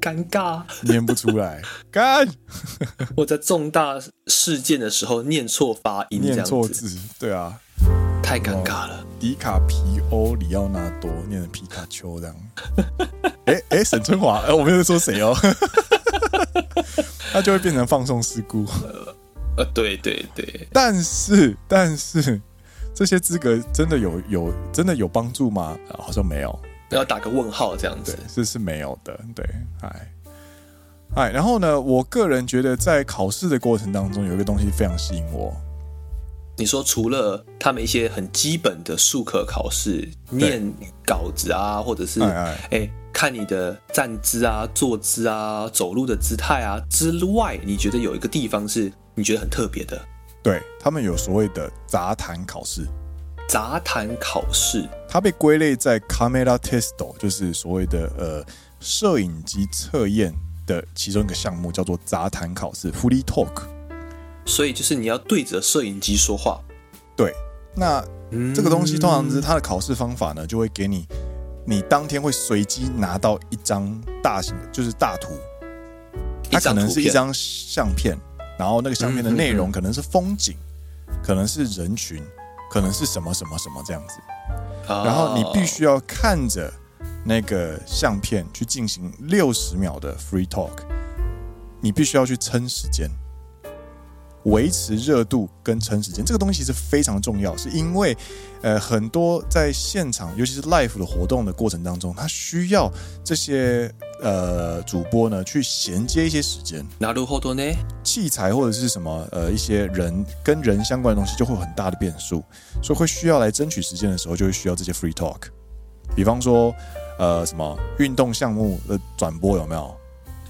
B: 尴尬。
A: 念不出来， 干
B: 我在重大事件的时候念错发音， 这
A: 念
B: 样
A: 错
B: 子
A: 字，对啊，
B: 太尴尬了。
A: 迪卡皮欧里奥纳多念成皮卡丘这样。 哎哎、诶沈春华，哎、我没有在说谁哦， 那就会变成放送事故。
B: 呃，对对对，
A: 但是，但是这些资格真的有有真的有帮助吗？啊好像没有，
B: 要打个问号这样子
A: 对。，是是没有的，对，哎。哎，然后呢？我个人觉得，在考试的过程当中，有一个东西非常吸引我，
B: 你说除了他们一些很基本的术科考试，念稿子啊，或者是
A: 哎
B: 哎看你的站姿啊、坐姿啊、走路的姿态啊之外，你觉得有一个地方是你觉得很特别的
A: 对他们有所谓的杂谈考试。
B: 杂谈考试，
A: 它被归类在 camera testo，就是所谓的呃摄影机测验的其中一个项目，叫做杂谈考试 （fully talk）。
B: 所以就是你要对着摄影机说话。
A: 对，那
B: 嗯
A: 这个东西通常是它的考试方法呢，就会给你，你当天会随机拿到一张大型的，就是大图，它可能是一
B: 图片嗯
A: 张相片，然后那个相片的内容可能是风景，可能是人群，可能是什么什么什么这样子。
B: 啊
A: 然后你必须要看着那个相片去进行六十秒的 free talk，你必须要去撑时间，维持热度跟撑时间，这个东西是非常重要，是因为呃很多在现场，尤其是 live 的活动的过程当中，它需要这些呃主播呢去衔接一些时间，
B: 拿入后头呢？
A: 器材或者是什么呃一些人跟人相关的东西，就会有很大的变数，所以会需要来争取时间的时候，就会需要这些 free talk。比方说，呃，什么运动项目的转播有没有？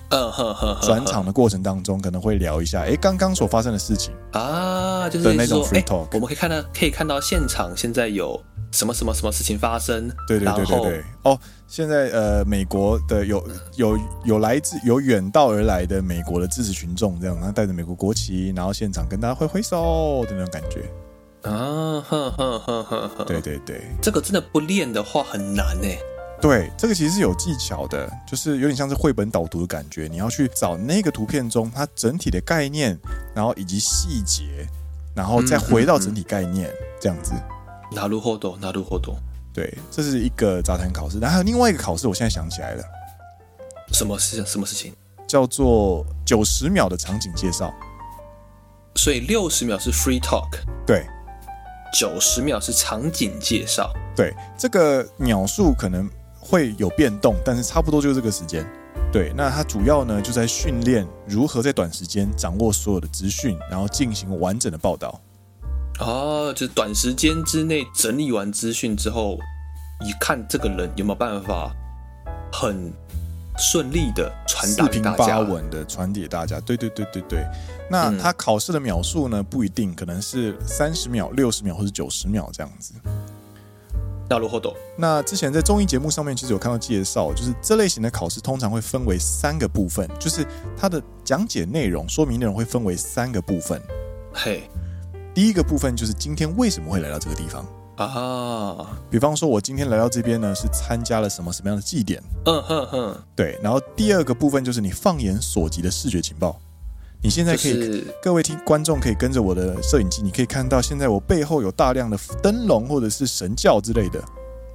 B: 嗯哼哼哼，
A: 转场的过程当中，可能会聊一下，诶，刚刚所发生的事情，
B: 啊，就是
A: 的那种
B: 说
A: free
B: 哎
A: talk
B: 我们可以看到，可以看到现场现在有什么什么什么事情发生，
A: 对对对
B: 然
A: 对
B: 后
A: 对。哦，现在呃，美国的有有有来自有远道而来的美国的支持群众，这样，然后带着美国国旗，然后现场跟大家挥挥手的那种感觉。
B: 啊，哼哼哼哼哼，
A: 对，对对。
B: 这个真的不练的话很难欸呢。
A: 对，这个其实是有技巧的，就是有点像是绘本导读的感觉。你要去找那个图片中它整体的概念，然后以及细节，然后再回到整体概念、这样子。
B: 拿入后头，拿入后头，对，
A: 这是一个杂谈考试，然后还有另外一个考试，我现在想起来了，
B: 什么事？什么事情？
A: 叫做九十秒的场景介绍。
B: 所以六十秒是 free talk，
A: 对
B: 九十秒是场景介绍。
A: 对，这个秒数可能会有变动，但是差不多就是这个时间。对，那它主要呢就在训练如何在短时间掌握所有的资讯，然后进行完整的报道。
B: 哦，就是短时间之内整理完资讯之后，你看这个人有没有办法很顺利的传达
A: 四
B: 给
A: 平
B: 大
A: 八
B: 家？
A: 稳的传递给大家。对对对对对。
B: 嗯
A: 那他考试的秒数呢不一定，可能是三十秒、六十秒或者九十秒这样子。
B: 那罗霍斗，
A: 那之前在综艺节目上面其实有看到介绍，就是这类型的考试通常会分为三个部分，就是它的讲解内容、说明内容会分为三个部分。
B: 嘿
A: 第一个部分就是今天为什么会来到这个地方，
B: 啊，
A: 比方说我今天来到这边呢是参加了什么什么样的祭典，
B: 嗯哼哼，
A: 对。然后第二个部分就是你放眼所及的视觉情报，你现在
B: 就
A: 可以
B: 是
A: 各位听观众可以跟着我的摄影机，你可以看到现在我背后有大量的灯笼或者是神教之类的。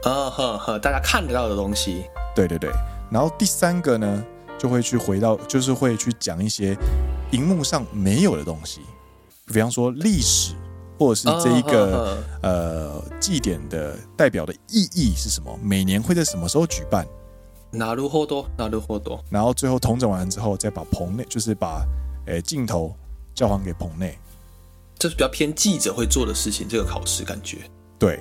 B: 嗯哼哼，大家看得到的东西，
A: 对对对，然后第三个呢，就会去回到，就是会去讲一些荧幕上没有的东西，比方说历史，或者是这一个、
B: 嗯哼哼
A: 呃祭典的代表的意义是什么，每年会在什么时候举办，
B: なるほど，なるほど，
A: 然后最后统整完之后，再把棚内，就是把呃镜头交还给棚内。
B: 这是比较偏记者会做的事情，这个考试感觉，
A: 对，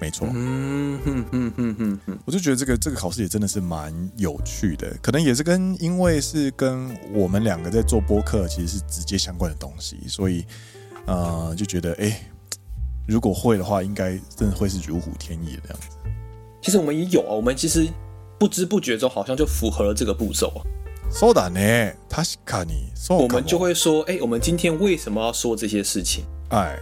A: 没错。
B: 嗯哼哼哼哼哼，
A: 我就觉得这个这个考试也真的是蛮有趣的，可能也是跟因为是跟我们两个在做播客其实是直接相关的东西，所以呃就觉得哎、诶如果会的话，应该真的会是如虎添翼的这样子。
B: 其实我们也有啊，我们其实不知不觉中好像就符合了这个步骤啊，
A: そうだね、確かに。そうかも
B: 我们就会说，哎，我们今天为什么要说这些事情？
A: 哎，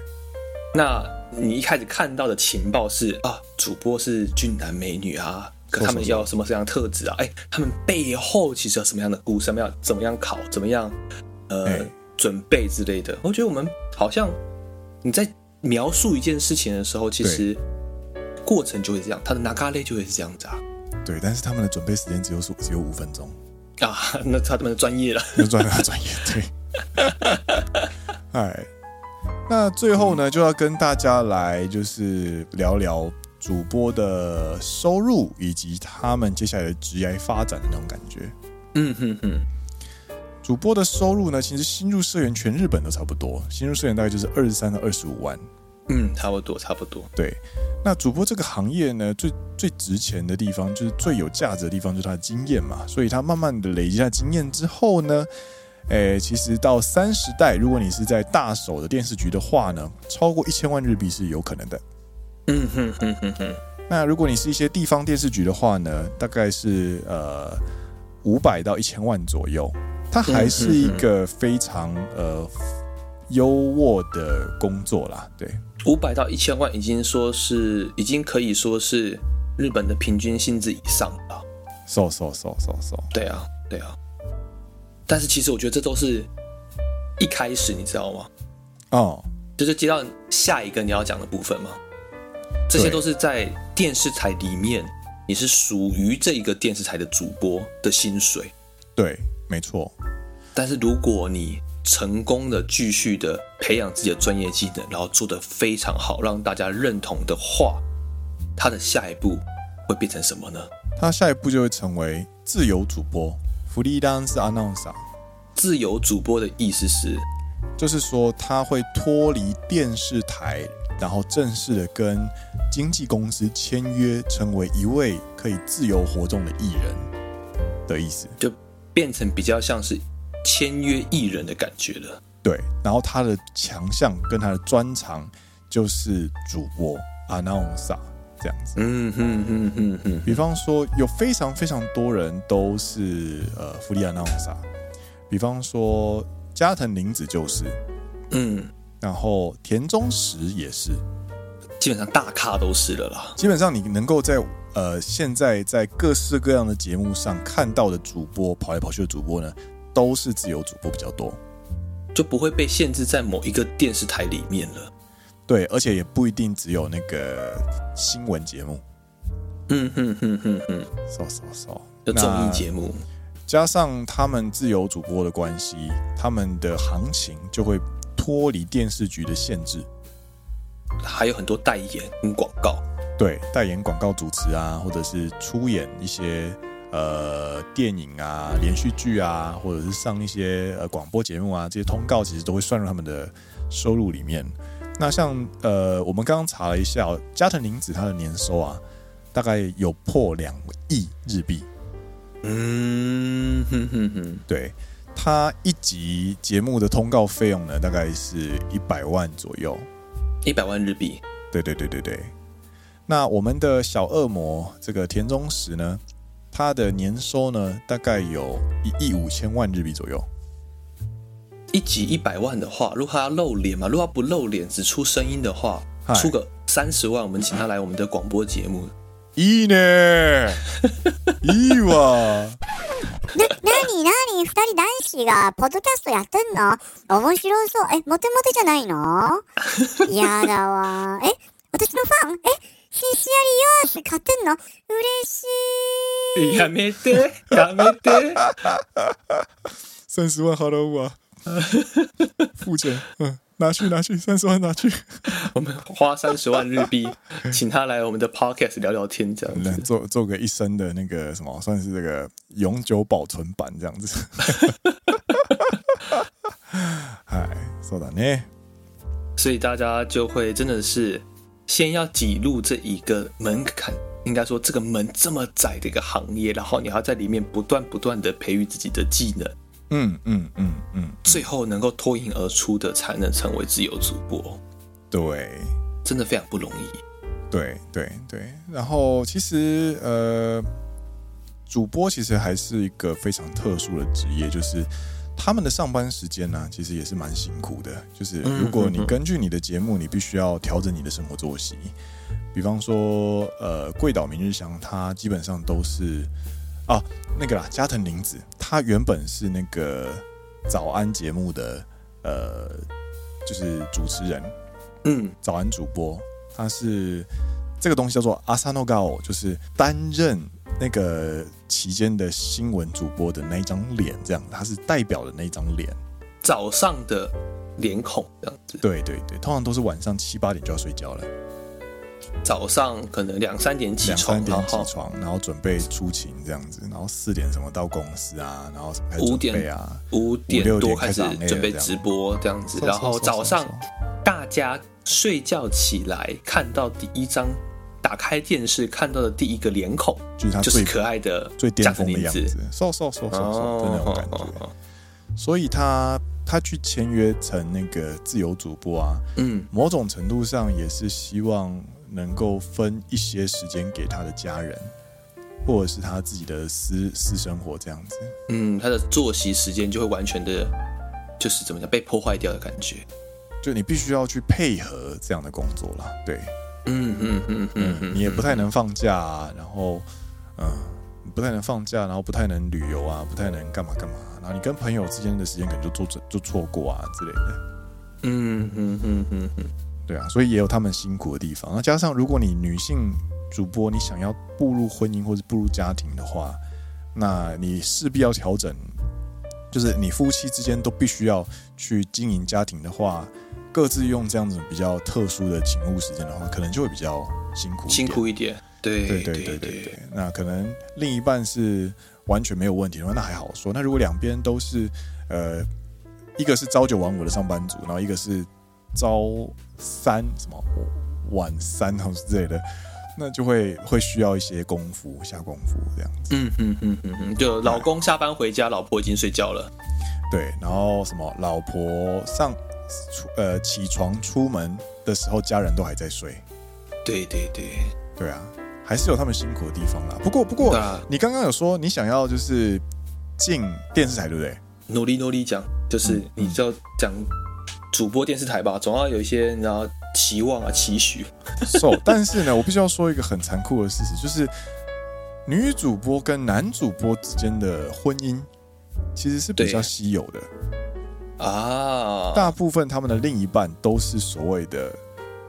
B: 那你一开始看到的情报是啊，主播是俊男美女啊，可
A: 说
B: 他们
A: 说
B: 要什么什么样的特质啊？哎，他们背后其实有什么样的故事？他们要怎么样考？怎么样呃
A: 哎
B: 准备之类的？我觉得我们好像你在描述一件事情的时候，其实过程就会这样，它的 naga 类就会是这样子啊
A: 对，但是他们的准备时间只有数只有五分钟，
B: 啊， 那他们的专业了。
A: 就专业专业对。 哎，那最后呢，就要跟大家来就是聊聊主播的收入以及他们接下来的职业发展的那种感觉。
B: 嗯哼哼，
A: 主播的收入呢，其实新入社员全日本都差不多，新入社员大概就是二十三到二十五万。
B: 嗯，差不多差不多。
A: 对，那主播这个行业呢，最最值钱的地方就是最有价值的地方，就是他的经验嘛。所以他慢慢的累积他经验之后呢，诶，其实到三十代，如果你是在大手的电视局的话呢，超过一千万日币是有可能的。
B: 嗯哼哼哼哼，
A: 那如果你是一些地方电视局的话呢，大概是呃五百到一千万左右，它还是
B: 嗯
A: 一个非常呃优渥的工作啦。对，
B: 五百到一千万已经说是已经可以说是日本的平均薪资以上了。
A: so so so so so，
B: 对啊，对啊。但是其实我觉得这都是一开始，你知道吗？
A: 哦，
B: 就是接到下一个你要讲的部分嘛。这些
A: 对
B: 都是在电视台里面，你是属于这一个电视台的主播的薪水。
A: 对，没错。
B: 但是如果你成功的继续的培养自己的专业技能，然后做得非常好，让大家认同的话，他的下一步会变成什么呢？
A: 他下一步就会成为自由主播 （freelance announcer），
B: 自由主播的意思是，
A: 就是说他会脱离电视台，然后正式的跟经纪公司签约，成为一位可以自由活动的艺人的意思。
B: 就变成比较像是签约艺人的感觉了。
A: 对，然后他的强项跟他的专长就是主播 （announcer） 这样子。
B: 嗯哼哼哼哼，
A: 比方说，有非常非常多人都是呃福利 announcer，比方说加藤林子就是，
B: 嗯，
A: 然后田中实也是，
B: 基本上大咖都是了啦。
A: 基本上你能够在呃现在在各式各样的节目上看到的主播跑来跑去的主播呢，都是自由主播比较多。
B: 就不会被限制在某一个电视台里面了。
A: 对，而且也不一定只有那个新闻节目，
B: 嗯哼哼哼哼，
A: 少少少，
B: 就综艺节
A: 目，
B: 目。
A: 加上他们自由主播的关系，他们的行情就会脱离电视局的限制。
B: 还有很多代言跟广告。
A: 对，代言广告主持啊，或者是出演一些呃电影啊、连续剧啊，或者是上一些呃广播节目啊，这些通告其实都会算入他们的收入里面。那像呃，我们刚刚查了一下、哦，加藤林子他的年收啊，大概有破两亿日币。
B: 嗯哼哼哼，
A: 对他一集节目的通告费用呢，大概是一百万左右。
B: 一百万日币。
A: 对对对对对。那我们的小恶魔这个田中实呢，他的年收呢大概有一亿五千万日币左右。
B: 一集一百万的话，如果他要露脸嘛，如果他不露脸只出声音的话
A: 嗨，
B: 出个三十万，我们请他来我们的广播节目。
A: いいねいいわ
C: なになに二人男子がポッドキャストやってんの面白そう。え、モテモテじゃないのやだわ。え、私のファンえ、シンシアリヨース買ってんの嬉しい。
B: やめて、やめて。
A: 三十万好了我付钱，嗯，拿去拿去，三十万拿去。
B: 我们花三十万日币，请他来我们的 podcast 聊聊天，这样
A: 来
B: 子。
A: 做做个一生的那个什么，算是这个永久保存版这样子。 嗨，そうだね。
B: 所以大家就会真的是先要挤入这一个门槛，应该说这个门这么窄的一个行业，然后你还要在里面不断不断的培育自己的技能，
A: 嗯嗯嗯嗯，
B: 最后能够脱颖而出的才能成为自由主播，
A: 对
B: 真的非常不容易。
A: 对对对。然后其实呃，主播其实还是一个非常特殊的职业，就是。他们的上班时间呢、其实也是蛮辛苦的。就是如果你根据你的节目，你必须要调整你的生活作息。比方说，呃，贵岛明日香，它基本上都是啊，那个啦，加藤林子，她原本是那个早安节目的呃，就是主持人，
B: 嗯，
A: 早安主播，他是这个东西叫做阿萨诺高，就是担任那个期间的新闻主播的那一张脸，这样他是代表的那一张脸。
B: 早上的脸孔这样子，
A: 对对对，通常都是晚上七八点就要睡觉了，
B: 早上可能两三点起
A: 两
B: 床
A: 三，点
B: 然
A: 起
B: 后
A: 床，然后准备出勤这样子，然后四点什么到公司啊，然后什么开始
B: 五
A: 准
B: 点
A: 备啊，
B: 五点
A: 六
B: 多
A: 点
B: 开
A: 开始
B: 始
A: on air
B: 准备
A: 这样
B: 直播这样子，
A: 嗖
B: 然后
A: 嗖嗖
B: 早上
A: 嗖嗖
B: 大家睡觉起来看到第一张，打开电视看到的第一个脸孔，
A: 就是他
B: 就
A: 最
B: 是可爱的
A: 最
B: 家
A: 巅
B: 庭
A: 峰的
B: 林
A: 样
B: 子
A: 子，，瘦瘦瘦瘦瘦的那种感觉。
B: 哦
A: 所以他他去签约成那个自由主播啊，
B: 嗯，
A: 某种程度上也是希望能够分一些时间给他的家人，或者是他自己的私私生活这样子。
B: 嗯，他的作息时间就会完全的，就是怎么讲被破坏掉的感觉。
A: 就你必须要去配合这样的工作啦，对，
B: 嗯嗯嗯嗯嗯，
A: 你也不太能放假、啊，然后，嗯，你不太能放假，然后不太能旅游啊，不太能干嘛干嘛，然后你跟朋友之间的时间可能就做就错过啊之类的。
B: 嗯嗯嗯嗯嗯，
A: 对啊，所以也有他们辛苦的地方。那加上，如果你女性主播，你想要步入婚姻或者步入家庭的话，那你势必要调整，就是你夫妻之间都必须要去经营家庭的话，各自用这样子比较特殊的勤务时间的话，可能就会比较辛苦一点。
B: 辛苦一点。对
A: 对对
B: 对
A: 对对对，那可能另一半是完全没有问题的话，那还好说。那如果两边都是呃，一个是朝九晚五的上班族，然后一个是朝三什么晚三然后之类的，那就会会需要一些功夫下功夫这样子。
B: 嗯嗯嗯嗯嗯，就老公下班回家，老婆已经睡觉了。
A: 对，然后什么老婆上出呃起床出门的时候，家人都还在睡。
B: 对对对，
A: 对啊，还是有他们辛苦的地方啦。不过不过
B: 对啊，
A: 你刚刚有说你想要就是进电视台，对不对？
B: 努力努力讲，就是
A: 嗯
B: 你就讲主播电视台吧，总要有一些你知道期望啊、期许。
A: 瘦，但是呢，我必须要说一个很残酷的事实，就是女主播跟男主播之间的婚姻其实是比较
B: 对
A: 稀有的，
B: 啊，
A: 大部分他们的另一半都是所谓的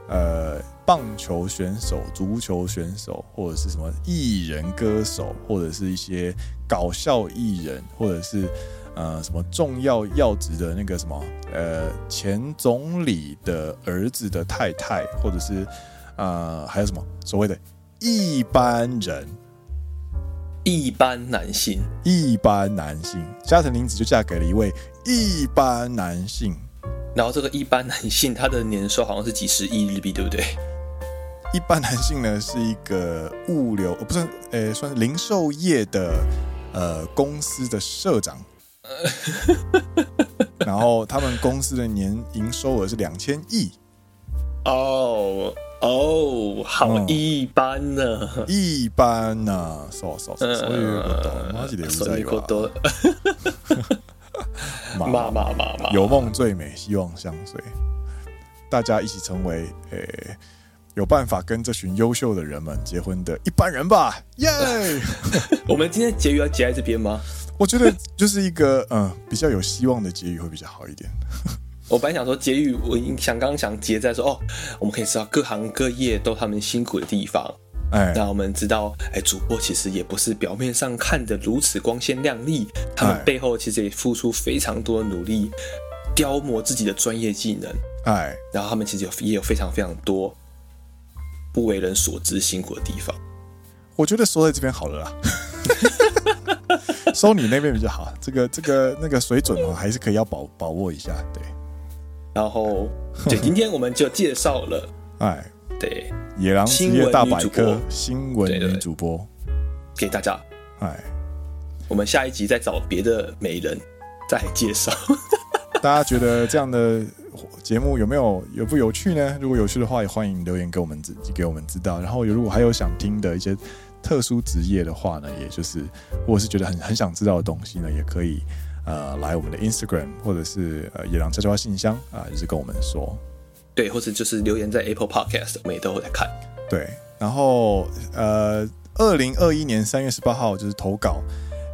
A: 呃棒球选手、足球选手，或者是什么艺人、歌手，或者是一些搞笑艺人，或者是呃什么重要要职的那个什么呃前总理的儿子的太太，或者是呃还有什么所谓的一般人。
B: 一般男性
A: 一般男性，加藤林子就嫁给了一位一般男性，
B: 然后这个一般男性他的年收好像是几十亿日币，对不对？
A: 一般男性呢是一个物流，呃、不是，呃，算是零售业的呃公司的社 长。然后他们公司的年营收额是两千亿，
B: 哦，哦，好
A: 嗯
B: 一般呢。
A: 一般呐、そうそうそう、そういうこと。マジでう
B: 所
A: ざ
B: 以
A: い
B: こ
A: わ。
B: と
A: まあ、
B: まあまあまあまあ。
A: 啊有梦最美，希望相随。大家一起成为诶、有办法跟这群优秀的人们结婚的一般人吧，耶、
B: 我们今天结语要结在这边吗？
A: 我觉得就是一个嗯比较有希望的结语会比较好一点。
B: 我本来想说结语，我想刚刚想结在说哦，我们可以知道各行各业都有他们辛苦的地方。
A: 哎，
B: 那我们知道，哎，主播其实也不是表面上看的如此光鲜亮丽，他
A: 哎
B: 们背后其实也付出非常多的努力，雕磨自己的专业技能，
A: 哎，
B: 然后他们其实有也有非常非常多不为人所知辛苦的地方。
A: 我觉得说在这边好了啦， 收你那边比较好。啊这个这个那个水准
B: 嗯
A: 哦，还是可以要把把握一下。对，
B: 然后，对，今天我们就介绍了，
A: 哎，
B: 对，
A: 野狼职业大百科新闻
B: 对对
A: 女
B: 对
A: 主播，
B: 给大家，
A: 哎，
B: 我们下一集再找别的美人再介绍。
A: 大家觉得这样的节目有没有有不有趣呢？如果有趣的话，也欢迎留言给我们自己给我们知道。然后如果还有想听的一些特殊职业的话呢，也就是或者是觉得很很想知道的东西呢，也可以呃来我们的 Instagram 或者是呃野狼悄悄话信箱啊、就是跟我们说。
B: 对，或者就是留言在 Apple Podcast，我们也都会在看。
A: 对，然后呃，二零二一年三月十八号就是投稿，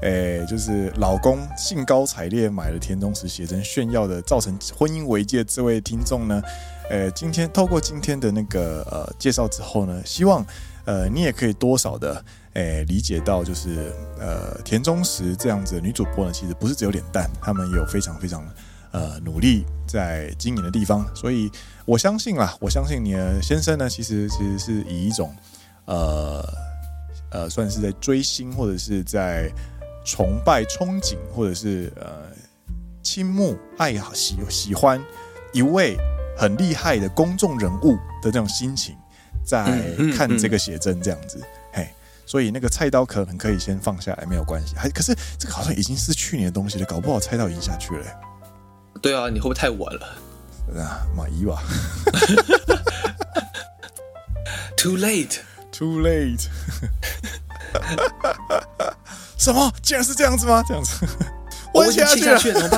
A: 诶，就是老公兴高采烈买了田中实写真炫耀的，造成婚姻违戒。这位听众呢，呃，今天透过今天的那个呃介绍之后呢，希望呃你也可以多少的。诶，理解到就是呃，田中实这样子的女主播呢，其实不是只有脸蛋，她们也有非常非常呃努力在经营的地方，所以我相信啦，我相信你的先生呢，其实其实是以一种呃呃，算是在追星或者是在崇拜、憧憬，或者是呃倾慕、爱好、喜喜欢一位很厉害的公众人物的这种心情，在
B: 嗯嗯
A: 看这个写真这样子，嘿。所以那个菜刀可能可以先放下来，没有关系。还可是这个好像已经是去年的东西了，搞不好菜刀已经下去了、
B: 对啊，你会不会太晚了
A: 啊，马伊吧
B: ？Too late。
A: ，too late 。 什么？竟然是这样子吗？这样 子，
B: 我
A: 已
B: 已
A: 经
B: 经
A: 下
B: 气
A: 去了
B: 下。去了，怎么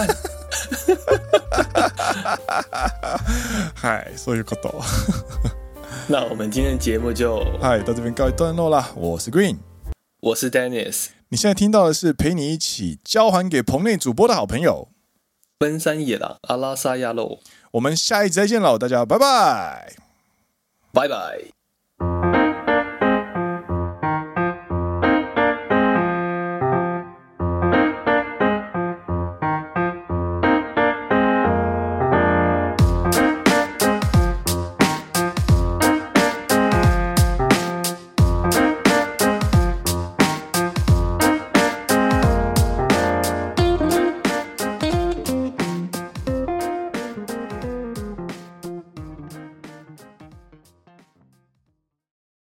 B: 办？
A: 嗨，所以可懂。
B: 那我们今天的节目就，
A: 嗨，到这边告一段落啦。我是 Green，
B: 我是 Dennis，
A: 你现在听到的是陪你一起交还给棚内主播的好朋友。
B: 奔山野狼阿拉萨亚喽，
A: 我们下一集再见喽，大家拜拜。
B: 拜拜。